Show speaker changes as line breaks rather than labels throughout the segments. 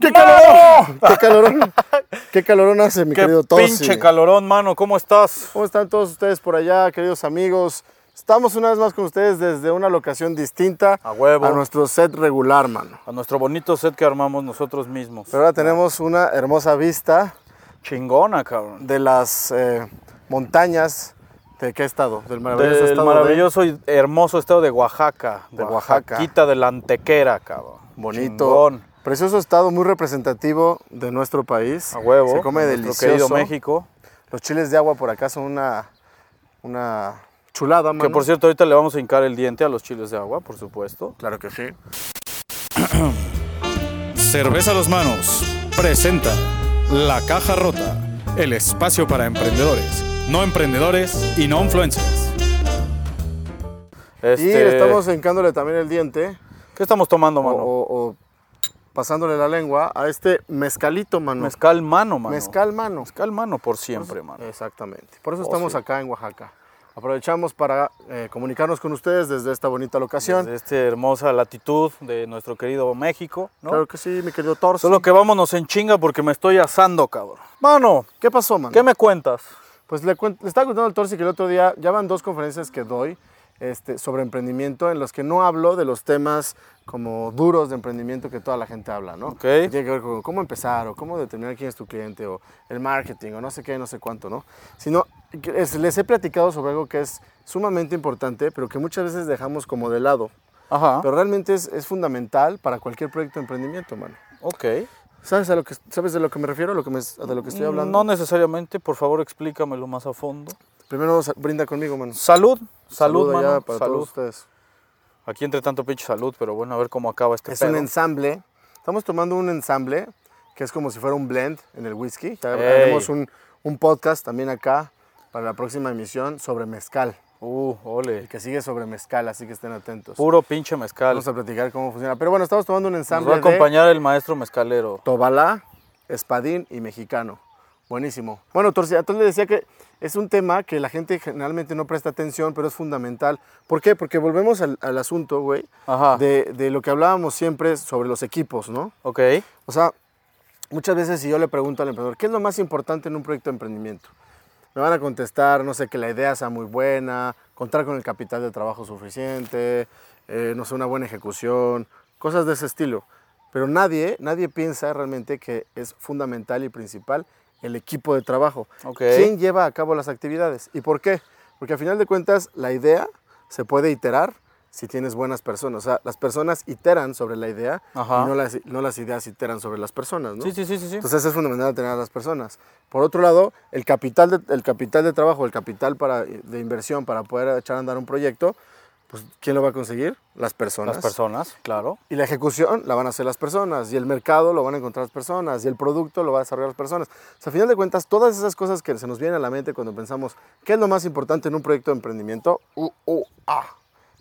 ¡Qué calorón! ¡Qué calorón! ¡Qué calorón hace, mi
¡Qué
querido Tosi!
pinche calorón, mano! ¿Cómo estás?
¿Cómo están todos ustedes por allá, queridos amigos? Estamos una vez más con ustedes desde una locación distinta
A huevo.
nuestro set regular, mano.
A nuestro bonito set que armamos nosotros mismos.
Pero ahora tenemos una hermosa vista
Chingona, cabrón.
de las eh, montañas de qué estado? Del maravilloso
Del
estado de-
maravilloso y hermoso estado de Oaxaca.
De Oaxaca.
Quita de la antequera, cabrón.
bonito,
Chingón.
precioso estado muy representativo de nuestro país.
A huevo.
Se come
Nuestro
delicioso.
querido México.
Los chiles de agua por acá son una una chulada, mano.
Que por cierto, ahorita le vamos a hincar el diente a los chiles de agua, por supuesto.
claro que sí.
Cerveza a los manos presenta La Caja Rota, el espacio para emprendedores, no emprendedores y no influencers.
Este,
Y le estamos Oh, hincándole también el diente
¿Qué estamos tomando,
o,
mano?
o- o pasándole la lengua a este mezcalito, mano.
Mezcal mano, mano.
Mezcal, Pues, eh, mano.
Mezcal mano por siempre, mano.
Exactamente. Por eso
Oh,
estamos
sí.
acá en Oaxaca. Aprovechamos para eh, comunicarnos con ustedes desde esta bonita locación.
Desde este, esta hermosa latitud de nuestro querido México, ¿no?
Claro que sí, mi querido Torso.
Solo que vámonos en chinga porque me estoy asando, cabrón. Mano,
¿Qué pasó, mano?
¿qué me cuentas?
Pues le, cuen- le estaba contando al Torsi que el otro día ya van dos conferencias que doy este, sobre emprendimiento en los que no hablo de los temas como duros de emprendimiento que toda la gente habla, ¿no?
Ok.
Que tiene que ver con cómo empezar o cómo determinar quién es tu cliente o el marketing o no sé qué, no sé cuánto, ¿no? Sino que es- les he platicado sobre algo que es sumamente importante, pero que muchas veces dejamos como de lado.
Ajá.
Pero realmente es, es fundamental para cualquier proyecto de emprendimiento, mano.
ok.
¿Sabes, a lo que, ¿Sabes de lo que me refiero, a lo que me- de lo que estoy hablando?
Mm, No necesariamente, por favor, explícamelo más a fondo.
Primero sa- brinda conmigo, mano.
Salud, salud,
Saludo ya
mano.
para
salud.
todos ustedes.
Aquí entre tanto pinche salud, pero bueno, a ver cómo acaba este
Es
pedo.
un ensamble. Estamos tomando un ensamble que es como si fuera un blend en el whisky. Ya
Ey.
haremos un, un podcast también acá para la próxima emisión sobre mezcal.
Uh, ole.
El que sigue sobre mezcal, así que estén atentos.
Puro pinche mezcal.
Vamos a platicar cómo funciona. Pero bueno, estamos tomando un
Nos
ensamble
va a
de
acompañar el maestro mezcalero.
Tobalá, Espadín y Mexicano. Buenísimo. Bueno, Torci, entonces le decía que es un tema que la gente generalmente no presta atención, pero es fundamental. ¿Por qué? Porque volvemos al, al asunto, güey,
Ajá.
de, de lo que hablábamos siempre sobre los equipos, ¿no?
Ok.
O sea, muchas veces si yo le pregunto al emprendedor, ¿qué es lo más importante en un proyecto de emprendimiento? Me van a contestar, no sé, que la idea sea muy buena, contar con el capital de trabajo suficiente, eh, no sé, una buena ejecución, cosas de ese estilo. Pero nadie, nadie piensa realmente que es fundamental y principal el equipo de trabajo.
Ok.
¿Quién lleva a cabo las actividades? ¿Y por qué? Porque al final de cuentas la idea se puede iterar si tienes buenas personas. O sea, las personas iteran sobre la idea
Ajá.
y no las, no las ideas iteran sobre las personas, ¿no?
Sí, sí, sí, sí. sí.
Entonces es fundamental tener a las personas. Por otro lado, el capital de, el capital de trabajo, el capital para, de inversión para poder echar a andar un proyecto, pues ¿quién lo va a conseguir? Las personas. Pues,
Las personas, claro.
Y la ejecución la van a hacer las personas, y el mercado lo van a encontrar las personas, y el producto lo van a desarrollar las personas. O sea, a final de cuentas, todas esas cosas que se nos vienen a la mente cuando pensamos, ¿qué es lo más importante en un proyecto de emprendimiento? Uh, uh, ah.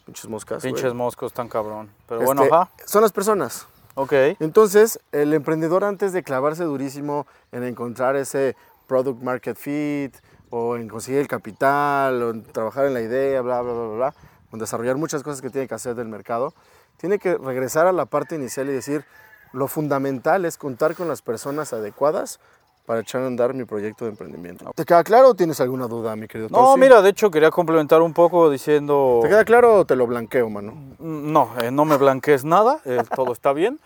Pinches moscas. güey.
Pinches moscos tan cabrón. Pero
Este, Pues,
bueno, ajá.
Son las personas.
Ok.
Entonces, el emprendedor antes de clavarse durísimo en encontrar ese product market fit o en conseguir el capital o en trabajar en la idea, bla, bla, bla, bla, bla, o en desarrollar muchas cosas que tiene que hacer del mercado, tiene que regresar a la parte inicial y decir, lo fundamental es contar con las personas adecuadas para echar a andar mi proyecto de emprendimiento. ¿Te queda claro o tienes alguna duda, mi querido?
No,
Torsi?
mira, de hecho quería complementar un poco diciendo...
pues, ¿Te queda claro o te lo blanqueo, mano?
No, eh, no me blanquees nada, eh, todo está bien.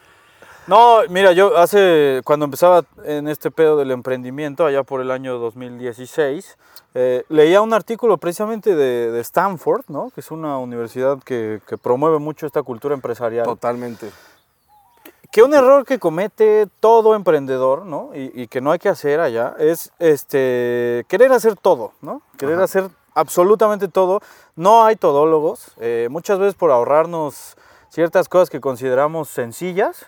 No, mira, yo hace, cuando empezaba en este pedo del emprendimiento, allá por el año 2016, eh, leía un artículo precisamente de, de Stanford, ¿no? Que es una universidad que, que promueve mucho esta cultura empresarial.
Totalmente.
Que un error que comete todo emprendedor, ¿no? Y, y que no hay que hacer allá, es este, querer hacer todo, ¿no? Querer hacer absolutamente todo. No hay todólogos. eh, muchas veces por ahorrarnos ciertas cosas que consideramos sencillas,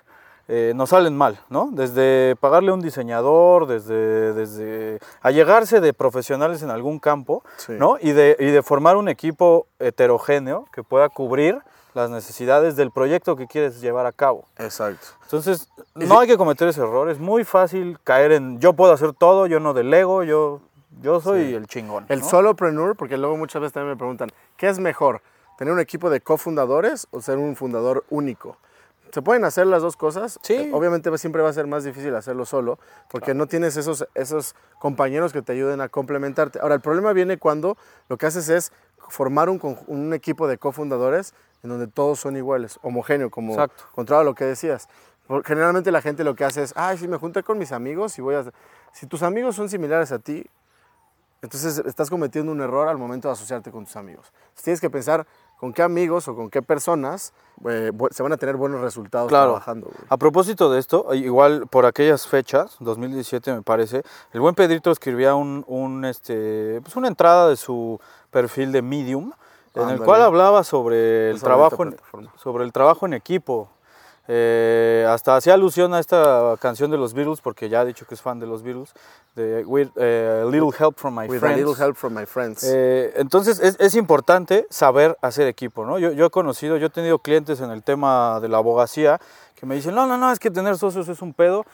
eh, nos salen mal, ¿no? Desde pagarle a un diseñador, desde, desde allegarse de profesionales en algún campo,
Sí.
¿no? Y de, y de formar un equipo heterogéneo que pueda cubrir las necesidades del proyecto que quieres llevar a cabo.
Exacto.
Entonces, no hay que cometer ese error. Es muy fácil caer en yo puedo hacer todo, yo no delego, yo, yo soy el chingón.
El
¿no?
solopreneur, porque luego muchas veces también me preguntan, ¿qué es mejor? ¿Tener un equipo de cofundadores o ser un fundador único? se pueden hacer las dos cosas.
Sí.
Eh, Obviamente va- siempre va a ser más difícil hacerlo solo, porque no tienes esos, esos compañeros que te ayuden a complementarte. Ahora, el problema viene cuando lo que haces es formar un, conju- un equipo de cofundadores en donde todos son iguales, homogéneo, como
Exacto.
contrario a lo que decías. Por- Generalmente la gente lo que hace es, ay, si me junté con mis amigos y voy a... Si tus amigos son similares a ti, entonces estás cometiendo un error al momento de asociarte con tus amigos. Entonces, tienes que pensar con qué amigos o con qué personas eh, bu- se van a tener buenos resultados
Claro.
trabajando. güey.
A propósito de esto, igual por aquellas fechas, 2017 me parece, el buen Pedrito escribía un, un, este, pues una entrada de su perfil de Medium, en el
Ándale.
cual hablaba sobre el,
Sobre
trabajo
esta
en,
plataforma.
sobre el trabajo en equipo. Eh, hasta hacía alusión a esta canción de los Beatles, porque ya ha dicho que es fan de los Beatles, de With eh, Little Help from My
With a
Friends.
little help from my friends.
Eh, entonces es, es importante saber hacer equipo, ¿no? Yo, yo he conocido, yo he tenido clientes en el tema de la abogacía que me dicen, no, no, no, es que tener socios es un pedo.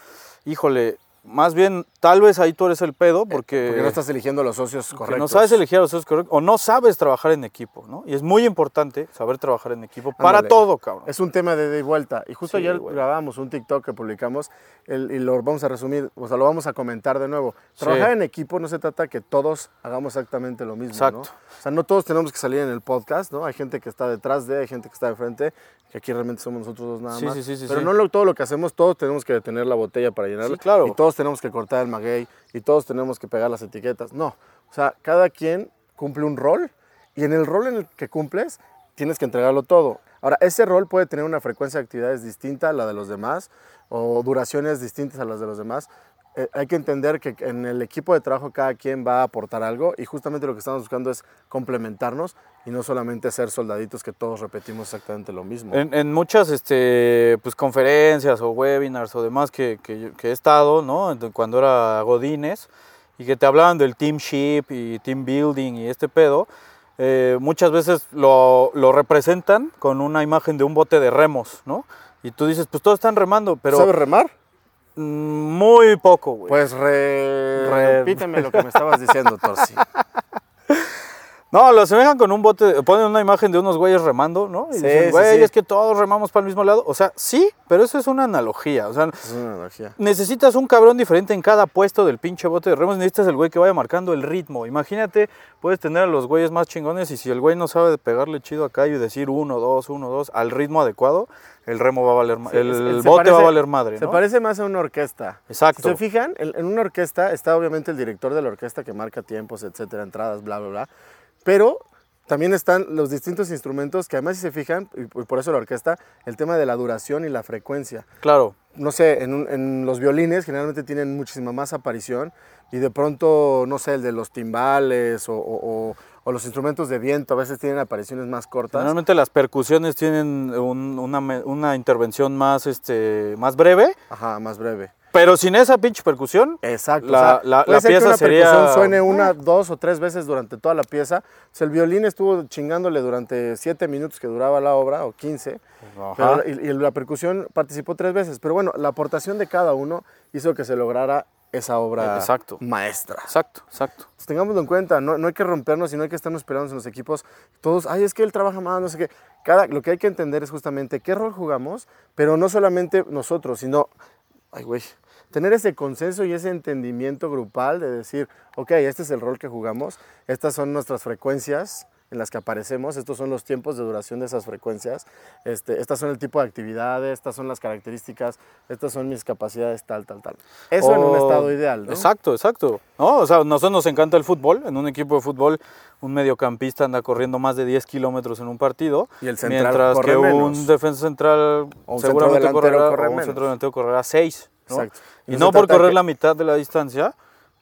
Híjole, más bien, tal vez ahí tú eres el pedo porque,
Eh, porque no estás eligiendo a los socios
porque
correctos.
no sabes elegir a los socios correctos o no sabes trabajar en equipo, ¿no? Y es muy importante saber trabajar en equipo para
Ándale.
todo, cabrón.
Es un tema de ida y vuelta. Y justo
Sí,
ayer
güey.
grabamos un TikTok que publicamos el- y lo vamos a resumir, o sea, lo vamos a comentar de nuevo. Trabajar en equipo no se trata que todos hagamos exactamente lo mismo,
Exacto.
¿no? O sea, no todos tenemos que salir en el podcast, ¿no? Hay gente que está detrás de, hay gente que está de frente, que aquí realmente somos nosotros dos nada
Sí,
más.
sí, sí, sí,
Pero
sí.
no lo- todo lo que hacemos, todos tenemos que detener la botella para llenarla.
Sí, claro.
Y todos tenemos que cortar el maguey, y todos tenemos que pegar las etiquetas. No, o sea, cada quien cumple un rol y en el rol en el que cumples tienes que entregarlo todo. Ahora, ese rol puede tener una frecuencia de actividades distinta a la de los demás o duraciones distintas a las de los demás. Eh, hay que entender que en el equipo de trabajo cada quien va a aportar algo y justamente lo que estamos buscando es complementarnos y no solamente ser soldaditos que todos repetimos exactamente lo mismo.
En, en muchas este, pues, conferencias o webinars o demás que, que yo- que he estado, ¿no? Ent- Cuando era Godines y que te hablaban del teamship y team building y este pedo, eh, muchas veces lo, lo representan con una imagen de un bote de remos, ¿no? Y tú dices, pues todos están remando, pero
¿Sabes remar?
mm, muy poco, güey.
Pues re...
Re-
repíteme lo que me estabas diciendo, Torsi.
No, lo asemejan con un bote, ponen una imagen de unos güeyes remando, ¿no? Y
Sí,
dicen,
sí,
güey,
sí.
es que todos remamos para el mismo lado. O sea, sí, pero eso es una analogía. O sea,
Es una analogía.
Necesitas un cabrón diferente en cada puesto del pinche bote de remos. Necesitas el güey que vaya marcando el ritmo. Imagínate, puedes tener a los güeyes más chingones y si el güey no sabe de pegarle chido acá y decir uno, dos, uno, dos al ritmo adecuado, el remo va a valer ma-
Sí,
El
es- es- se
bote va a
parece-
valer madre.
Se
¿no?
parece más a una orquesta.
Exacto.
Si se fijan, en, en una orquesta está obviamente el director de la orquesta que marca tiempos, etcétera, entradas, bla, bla, bla. Pero también están los distintos instrumentos que además si se fijan, y por y por eso la orquesta, el tema de la duración y la frecuencia
Claro.
no sé, en, un- en los violines generalmente tienen muchísima más aparición y de pronto, no sé, el de los timbales o, o- o- o los instrumentos de viento a veces tienen apariciones más cortas.
Normalmente las percusiones tienen un- una, me- una intervención más, este, más breve,
Ajá, más breve.
pero sin esa pinche percusión,
Exacto.
La-
o sea,
la-
puede
la
ser que
pieza
una
sería- Mm.
percusión suene una, dos o tres veces durante toda la pieza. O sea, el violín estuvo chingándole durante siete minutos que duraba la obra, o 15.
Ajá.
pero- y, y la percusión participó tres veces. Pero bueno, la aportación de cada uno hizo que se lograra esa obra
Exacto.
maestra.
exacto, exacto.
Pues tengámoslo en cuenta, no, no hay que rompernos y no hay que estarnos peleando en los equipos. Todos, ay, es que él trabaja más, no sé qué. Cada, lo que hay que entender es justamente qué rol jugamos, pero no solamente nosotros, sino, ay, güey, tener ese consenso y ese entendimiento grupal de decir, ok, este es el rol que jugamos, estas son nuestras frecuencias en las que aparecemos, estos son los tiempos de duración de esas frecuencias, este, estas son el tipo de actividades, estas son las características, estas son mis capacidades, tal, tal, tal. Eso en un
O-
estado ideal, ¿no?
Exacto, exacto. No, o sea, a nosotros nos encanta el fútbol. En un equipo de fútbol, un mediocampista anda corriendo más de 10 kilómetros en un partido.
Y el central
mientras
corre
que un
menos.
defensa central
O un
seguramente
centrodelantero
correrá,
corre
o un
menos.
centro delantero correrá 6.
Exacto.
Y,
Y
no
se
por
trata
correr
que-
la mitad de la distancia,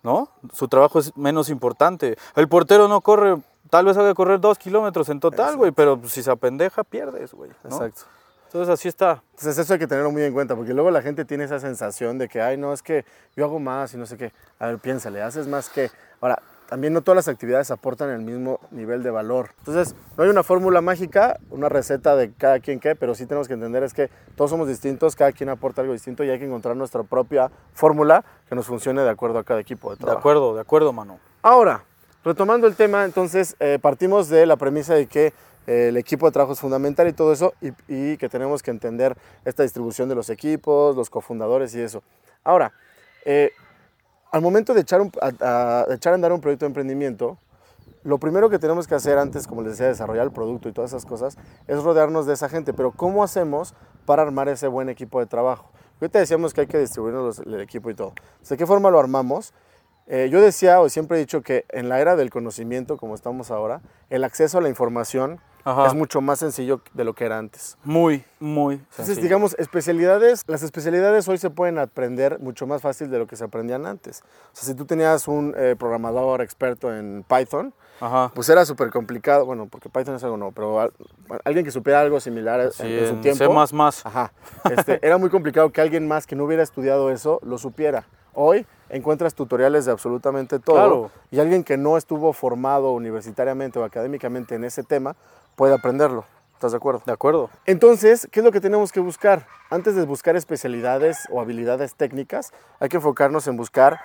¿no? Su trabajo es menos importante. El portero no corre, tal vez haga correr 2 kilómetros en total, güey, pero si se apendeja, pierdes, güey. ¿no?
Exacto.
Entonces así está.
Entonces eso hay que tenerlo muy en cuenta, porque luego la gente tiene esa sensación de que, ay, no, es que yo hago más y no sé qué. A ver, piénsale, haces más que... Ahora, también no todas las actividades aportan el mismo nivel de valor. Entonces, no hay una fórmula mágica, una receta de cada quien qué, pero sí tenemos que entender es que todos somos distintos, cada quien aporta algo distinto y hay que encontrar nuestra propia fórmula que nos funcione de acuerdo a cada equipo de
De
trabajo.
acuerdo, de acuerdo, mano.
Ahora, retomando el tema, entonces eh, partimos de la premisa de que eh, el equipo de trabajo es fundamental y todo eso, y, y que tenemos que entender esta distribución de los equipos, los cofundadores y eso. Ahora, eh, al momento de echar, un- a, a- de echar a andar un proyecto de emprendimiento, lo primero que tenemos que hacer antes, como les decía, desarrollar el producto y todas esas cosas, es rodearnos de esa gente. Pero ¿cómo hacemos para armar ese buen equipo de trabajo? Yo te decíamos que hay que distribuirnos los- el equipo y todo. ¿De qué forma lo armamos? Eh, yo decía o siempre he dicho que en la era del conocimiento, como estamos ahora, el acceso a la información
Ajá.
es mucho más sencillo de lo que era antes.
Muy, muy.
Entonces,
sencillo.
digamos, especialidades, las especialidades hoy se pueden aprender mucho más fácil de lo que se aprendían antes. O sea, si tú tenías un eh, programador experto en Python,
Ajá.
pues era súper complicado, bueno, porque Python es algo nuevo, pero al- alguien que supiera algo similar en-
Sí,
en, su
en
tiempo,
C++.
ajá, este, era muy complicado que alguien más que no hubiera estudiado eso lo supiera. Hoy encuentras tutoriales de absolutamente todo
Claro.
y alguien que no estuvo formado universitariamente o académicamente en ese tema puede aprenderlo. ¿Estás de acuerdo?
De acuerdo.
Entonces, ¿qué es lo que tenemos que buscar? Antes de buscar especialidades o habilidades técnicas, hay que enfocarnos en buscar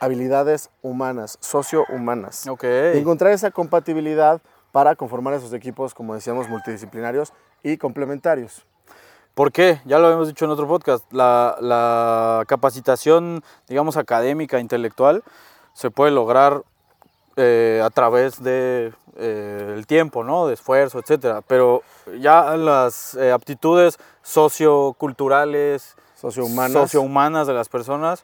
habilidades humanas, socio-humanas.
Ok.
Y Encontrar esa compatibilidad para conformar esos equipos, como decíamos, multidisciplinarios y complementarios.
¿Por qué? Ya lo habíamos dicho en otro podcast. La, la capacitación, digamos, académica, intelectual, se puede lograr eh, a través de eh, el tiempo, ¿no? De esfuerzo, etcétera. Pero ya las eh, aptitudes socioculturales,
Socio-humanas.
sociohumanas de las personas,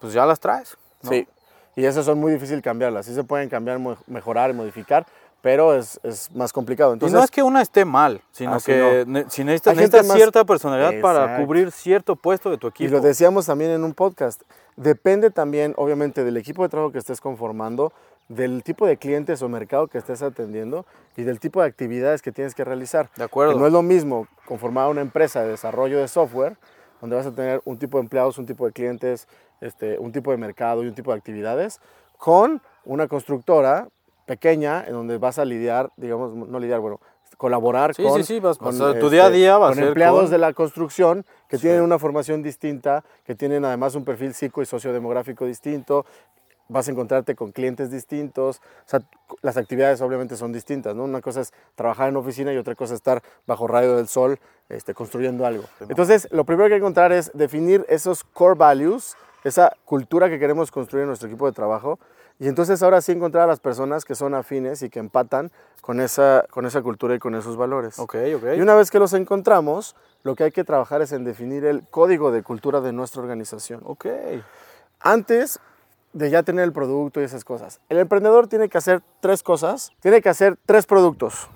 pues ya las traes. ¿no?
Sí. Y esas son muy difíciles cambiarlas. Sí se pueden cambiar, mo- mejorar, modificar, pero es, es más complicado.
Y
Entonces,
no es que una esté mal, sino
Ah, sí,
que
no.
ne- si necesitas,
Hay gente
necesitas
más-
cierta personalidad para
Exacto.
cubrir cierto puesto de tu
Y
equipo.
lo decíamos también en un podcast. Depende también, obviamente, del equipo de trabajo que estés conformando, del tipo de clientes o mercado que estés atendiendo y del tipo de actividades que tienes que realizar.
De acuerdo.
Que no es lo mismo conformar una empresa de desarrollo de software, donde vas a tener un tipo de empleados, un tipo de clientes, este, un tipo de mercado y un tipo de actividades, con una constructora pequeña en donde vas a lidiar, digamos, no lidiar, bueno, colaborar
Sí,
con,
sí, sí, vas-
con, este,
o sea, tu día a día va a
con
ser
empleados
con-
de la construcción que tienen una formación distinta, que tienen además un perfil psico y sociodemográfico distinto, vas a encontrarte con clientes distintos, o sea, cu- las actividades obviamente son distintas, ¿no? Una cosa es trabajar en oficina y otra cosa es estar bajo rayo del sol este, construyendo algo. Entonces, lo primero que hay que encontrar es definir esos core values, esa cultura que queremos construir en nuestro equipo de trabajo, y entonces ahora sí encontrar a las personas que son afines y que empatan con esa, con esa cultura y con esos valores.
Ok, ok.
Y una vez que los encontramos, lo que hay que trabajar es en definir el código de cultura de nuestra organización.
Ok.
Antes de ya tener el producto y esas cosas, el emprendedor tiene que hacer tres cosas. Tiene que hacer tres productos.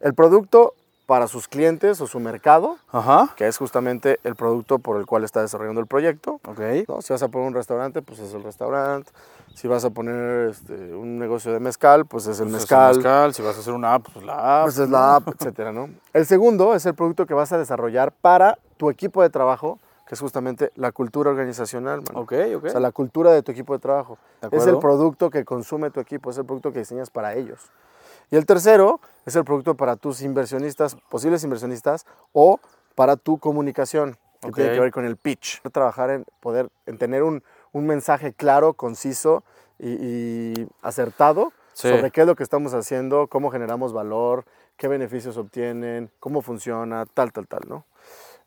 El producto para sus clientes o su mercado,
Ajá.
que es justamente el producto por el cual está desarrollando el proyecto.
Ok. Pues
¿no? Si vas a poner un restaurante, pues es el restaurante. Si vas a poner este, un negocio de mezcal, pues es el
Pues es el
mezcal.
mezcal, si vas a hacer una app, pues la app.
Pues es la app, etcétera, ¿no? El segundo es el producto que vas a desarrollar para tu equipo de trabajo, que es justamente la cultura organizacional, mano.
Ok, ok.
O sea, la cultura de tu equipo de trabajo.
De
es
acuerdo.
el producto que consume tu equipo, es el producto que diseñas para ellos. Y el tercero es el producto para tus inversionistas, posibles inversionistas, o para tu comunicación, que tiene
Ok.
que ver con el pitch. Trabajar en poder, en tener un, un mensaje claro, conciso y, y acertado
Sí.
sobre qué es lo que estamos haciendo, cómo generamos valor, qué beneficios obtienen, cómo funciona, tal, tal, tal, ¿no?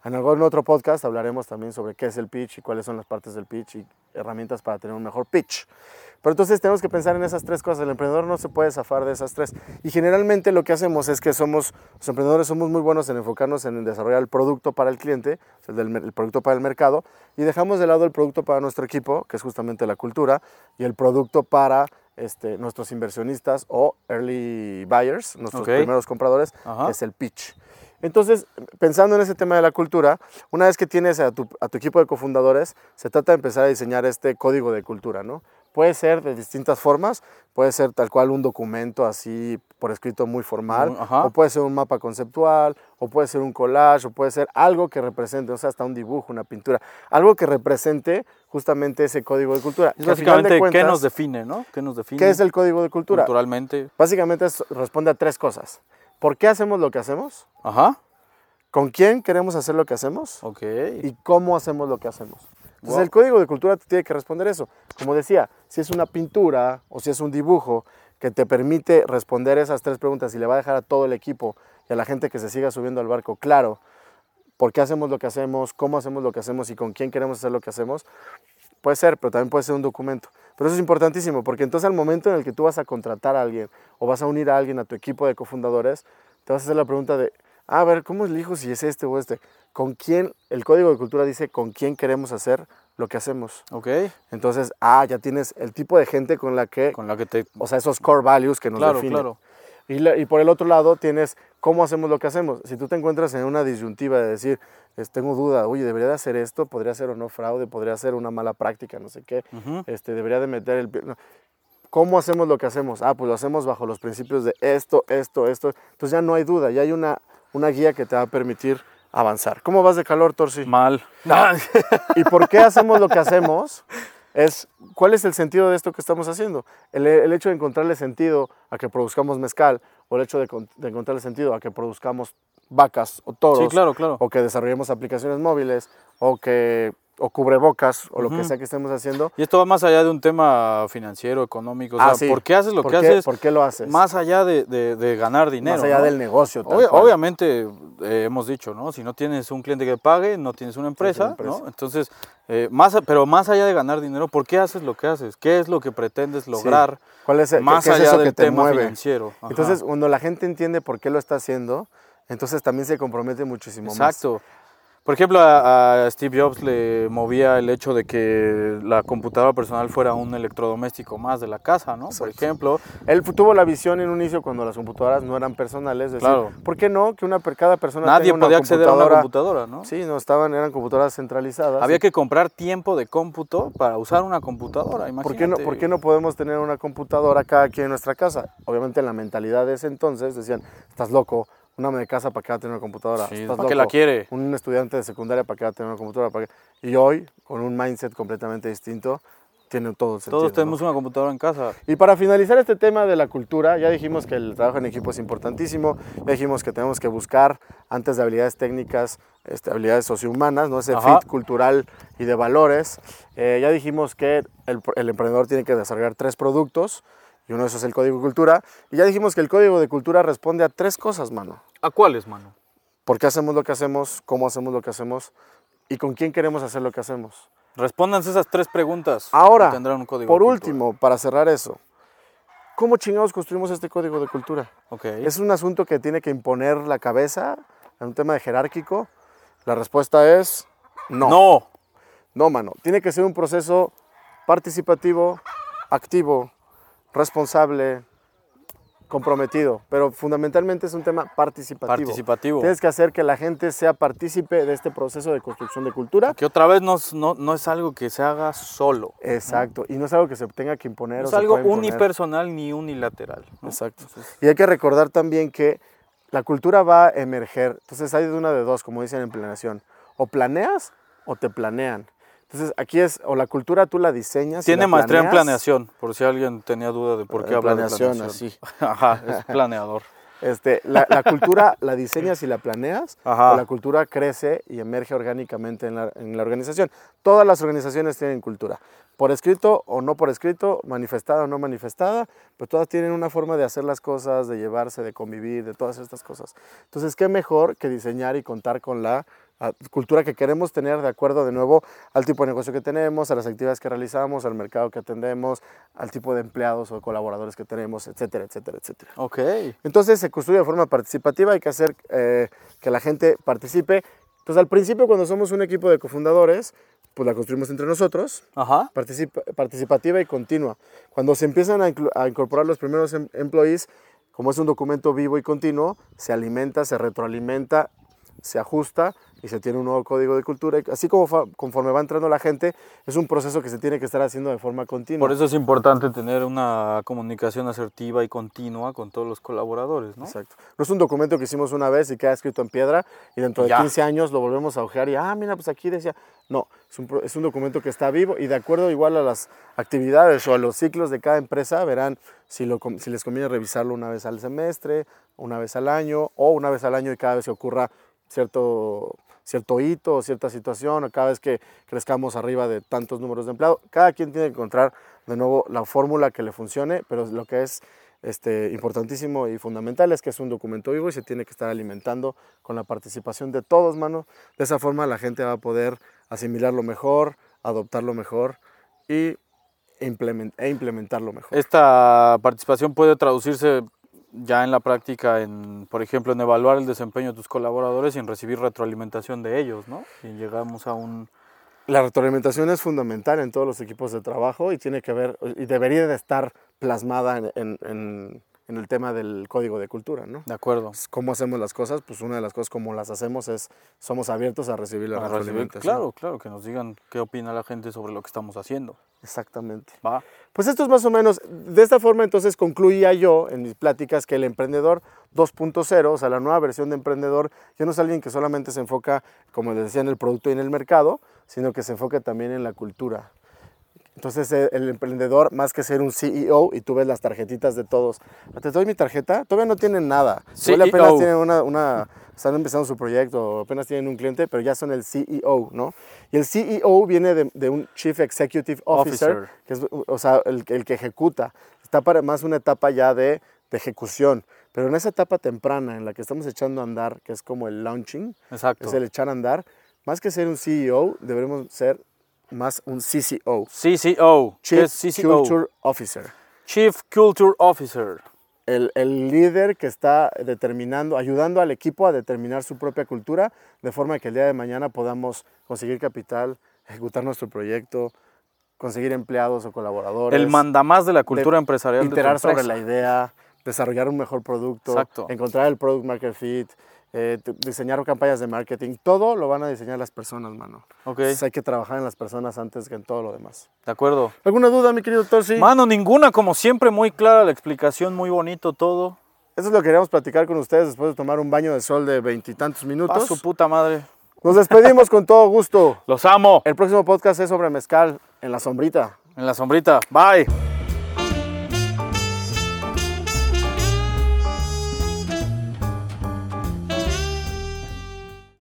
En algún otro podcast hablaremos también sobre qué es el pitch y cuáles son las partes del pitch y herramientas para tener un mejor pitch. Pero entonces tenemos que pensar en esas tres cosas. El emprendedor no se puede zafar de esas tres. Y generalmente lo que hacemos es que somos, los emprendedores somos muy buenos en enfocarnos en desarrollar el producto para el cliente, o sea, el, del mer- el producto para el mercado, y dejamos de lado el producto para nuestro equipo, que es justamente la cultura, y el producto para este, nuestros inversionistas o early buyers, nuestros
Ok.
primeros compradores,
Ajá.
que es el pitch. Entonces, pensando en ese tema de la cultura, una vez que tienes a tu, a tu equipo de cofundadores, se trata de empezar a diseñar este código de cultura, ¿no? Puede ser de distintas formas, puede ser tal cual un documento así por escrito muy formal,
Muy- ajá.
o puede ser un mapa conceptual, o puede ser un collage, o puede ser algo que represente, o sea, hasta un dibujo, una pintura, algo que represente justamente ese código de cultura.
es
que al final
básicamente
de cuentas,
qué nos define, ¿no? ¿Qué nos define?
¿Qué es el código de cultura?
Culturalmente.
Básicamente es- responde a tres cosas. ¿Por qué hacemos lo que hacemos?
Ajá.
¿Con quién queremos hacer lo que hacemos?
Ok.
y cómo hacemos lo que hacemos. Entonces
Wow.
el código de cultura te tiene que responder eso. Como decía, si es una pintura o si es un dibujo, que te permite responder esas tres preguntas y le va a dejar a todo el equipo y a la gente que se siga subiendo al barco claro por qué hacemos lo que hacemos, cómo hacemos lo que hacemos y con quién queremos hacer lo que hacemos, puede ser, pero también puede ser un documento. Pero eso es importantísimo, porque entonces al momento en el que tú vas a contratar a alguien o vas a unir a alguien a tu equipo de cofundadores, te vas a hacer la pregunta de, "Ah, a ver, ¿cómo elijo si es este o este? ¿Con quién? El código de cultura dice con quién queremos hacer lo que hacemos.
Ok.
Entonces, ah, ya tienes el tipo de gente con la que,
Con la que te...
o sea, esos core values que nos
claro,
definen.
claro.
Y, la- y por el otro lado tienes cómo hacemos lo que hacemos. Si tú te encuentras en una disyuntiva de decir, es- tengo duda, oye, debería de hacer esto, podría ser o no fraude, podría ser una mala práctica, no sé qué,
Ujú.
este, debería de meter el... pie- no. ¿Cómo hacemos lo que hacemos? Ah, pues lo hacemos bajo los principios de esto, esto, esto. Entonces ya no hay duda, ya hay una, una guía que te va a permitir avanzar. ¿Cómo vas de calor, Torsi?
Mal.
¿Y por qué hacemos lo que hacemos? Es, ¿Cuál es el sentido de esto que estamos haciendo? El, el hecho de encontrarle sentido a que produzcamos mezcal o el hecho de, con- de encontrarle sentido a que produzcamos vacas o toros
Sí, claro, claro.
o que desarrollemos aplicaciones móviles o que o cubrebocas o lo que
Ujú.
sea que estemos haciendo.
Y esto va más allá de un tema financiero, económico. O sea,
Ah, sí.
¿por qué haces lo
¿Por
que
qué-
haces?
por qué lo haces?
Más allá de, de- de ganar dinero.
más allá
¿no?
del negocio. tal
Obvia-
cual.
obviamente, eh, hemos dicho, ¿no? Si no tienes un cliente que pague, no tienes una empresa,
empresa.
¿no? Entonces, eh, más, a- pero más allá de ganar dinero, ¿por qué haces lo que haces? ¿Qué es lo que pretendes
Sí.
lograr?
¿Cuál es, el-
más
qué es
allá
eso
del
que te
tema
mueve?
financiero? Ajá.
Entonces, cuando la gente entiende por qué lo está haciendo, entonces también se compromete muchísimo más.
Exacto. Por ejemplo, a, a Steve Jobs le movía el hecho de que la computadora personal fuera un electrodoméstico más de la casa, ¿no? Por ejemplo,
Él fu- tuvo la visión en un inicio cuando las computadoras no eran personales, de decir,
Claro.
¿por qué no? Que una per- cada persona
nadie
tenga una
podía acceder a una
computadora.
computadora, ¿no?
Sí, no estaban, eran computadoras centralizadas.
Había que comprar tiempo de cómputo para usar una computadora, imagínate.
¿Por qué, no, ¿Por qué no podemos tener una computadora cada quien en nuestra casa? Obviamente en la mentalidad de ese entonces decían, estás loco, una ama de casa para qué va a tener una computadora.
Sí,
¿Estás
¿para qué
loco?
la quiere?
Un estudiante de secundaria para qué va a tener una computadora. ¿Para qué?". Y hoy, con un mindset completamente distinto, tiene todo el sentido.
Todos
¿no?
tenemos una computadora en casa.
Y para finalizar este tema de la cultura, ya dijimos que el trabajo en equipo es importantísimo, ya dijimos que tenemos que buscar, antes de habilidades técnicas, este, habilidades sociohumanas, ¿no? ese
Ajá.
fit cultural y de valores. Eh, ya dijimos que el, el emprendedor tiene que desarrollar tres productos, y uno de esos es el código de cultura. Y ya dijimos que el código de cultura responde a tres cosas, mano.
¿A cuáles, mano?
¿Por qué hacemos lo que hacemos? ¿Cómo hacemos lo que hacemos? ¿Y con quién queremos hacer lo que hacemos?
Respóndanse esas tres preguntas.
Ahora,
y tendrán un código
por
de cultura.
último, para cerrar eso, ¿cómo chingados construimos este código de cultura?
Ok.
Es un asunto que tiene que imponer la cabeza, en un tema de jerárquico. La respuesta es no. No,
No.
mano. Tiene que ser un proceso participativo, activo, responsable, comprometido. Pero fundamentalmente es un tema participativo.
Participativo.
Tienes que hacer que la gente sea partícipe de este proceso de construcción de cultura.
Que otra vez no, es- no, no es algo que se haga solo.
Exacto. Y no es algo que se tenga que imponer.
No
o
es
se
algo
pueda imponer.
unipersonal ni unilateral. ¿no?
Exacto.
Entonces,
Y hay que recordar también que la cultura va a emerger. Entonces hay de una de dos, como dicen en planeación. O planeas o te planean. Entonces aquí es, o la cultura tú la diseñas. y
Tiene
la
maestría en
planeas.
planeación, por si alguien tenía duda de por qué
En
habla de
planeación,
planeación. Ajá, es planeador.
Este, la, la cultura la diseñas y la planeas,
Ajá.
o la cultura crece y emerge orgánicamente en la, en la organización. Todas las organizaciones tienen cultura, por escrito o no por escrito, manifestada o no manifestada, pero todas tienen una forma de hacer las cosas, de llevarse, de convivir, de todas estas cosas. Entonces, ¿qué mejor que diseñar y contar con la ah, cultura que queremos tener de acuerdo de nuevo al tipo de negocio que tenemos, a las actividades que realizamos, al mercado que atendemos, al tipo de empleados o colaboradores que tenemos, etcétera, etcétera, etcétera.
Ok.
Entonces se construye de forma participativa, hay que hacer eh, que la gente participe. Entonces al principio cuando somos un equipo de cofundadores, pues la construimos entre nosotros,
Ajá.
participa- participativa y continua. Cuando se empiezan a, inclu- a incorporar los primeros em- employees, como es un documento vivo y continuo, se alimenta, se retroalimenta, se ajusta y se tiene un nuevo código de cultura. Y Así como fa- conforme va entrando la gente, es un proceso que se tiene que estar haciendo de forma continua.
Por eso es importante tener una comunicación asertiva y continua con todos los colaboradores, ¿no?
Exacto. No es un documento que hicimos una vez y queda escrito en piedra y dentro de
Ya.
15 años lo volvemos a ojear y, ah, mira, pues aquí decía. No, es un, pro- es un documento que está vivo y de acuerdo igual a las actividades o a los ciclos de cada empresa, verán si, lo, com- si les conviene revisarlo una vez al semestre, una vez al año o una vez al año y cada vez que ocurra cierto, cierto hito o cierta situación o cada vez que crezcamos arriba de tantos números de empleados. Cada quien tiene que encontrar de nuevo la fórmula que le funcione, pero lo que es este, importantísimo y fundamental es que es un documento vivo y se tiene que estar alimentando con la participación de todos, mano. De esa forma la gente va a poder asimilarlo mejor, adoptarlo mejor y implement- e implementarlo mejor.
Esta participación puede traducirse ya en la práctica en, por ejemplo, en evaluar el desempeño de tus colaboradores y en recibir retroalimentación de ellos, ¿no? Si llegamos a un...
La retroalimentación es fundamental en todos los equipos de trabajo y tiene que ver y debería de estar plasmada en, en- en- en el tema del código de cultura, ¿no?
De acuerdo.
¿Cómo hacemos las cosas? Pues una de las cosas como las hacemos es somos abiertos a recibir la
A recibir-
retroalimentación.
claro, claro, que nos digan qué opina la gente sobre lo que estamos haciendo.
Exactamente.
Va.
Pues esto es más o menos, de esta forma entonces concluía yo en mis pláticas que el emprendedor 2.0, o sea, la nueva versión de emprendedor, ya no es alguien que solamente se enfoca, como les decía, en el producto y en el mercado, sino que se enfoca también en la cultura. Entonces eh, el emprendedor, más que ser un CEO, y tú ves las tarjetitas de todos, te doy mi tarjeta, todavía no tienen nada. Igual apenas
CEO.
tienen una, una- están empezando su proyecto, apenas tienen un cliente, pero ya son el CEO, ¿no? Y el CEO viene de, de un Chief Executive Officer,
Officer.
que es, o sea, el, el que ejecuta. Está para más una etapa ya de, de ejecución. Pero en esa etapa temprana en la que estamos echando a andar, que es como el launching,
Exacto.
es el echar a andar, más que ser un CEO, deberemos ser más un CCO,
CCO. ¿Qué
Chief
es CCO?
Culture Officer.
Chief Culture Officer.
El, el líder que está determinando, ayudando al equipo a determinar su propia cultura, de forma que el día de mañana podamos conseguir capital, ejecutar nuestro proyecto, conseguir empleados o colaboradores.
El mandamás de la cultura
de
empresarial. de tu
Iterar sobre
empresa.
la idea, desarrollar un mejor producto,
Exacto.
encontrar el product market fit, eh, t- diseñar campañas de marketing. Todo lo van a diseñar las personas, mano.
Ok,
Entonces hay que trabajar en las personas antes que en todo lo demás.
de acuerdo.
¿Alguna duda, mi querido Torsi?
Mano, ninguna, como siempre, muy clara la explicación, muy bonito todo.
Eso es lo que queríamos platicar con ustedes después de tomar un baño de sol de veintitantos
A
minutos.
su puta madre.
Nos despedimos con todo gusto.
Los amo.
El próximo podcast es sobre mezcal en la sombrita.
En la sombrita. Bye.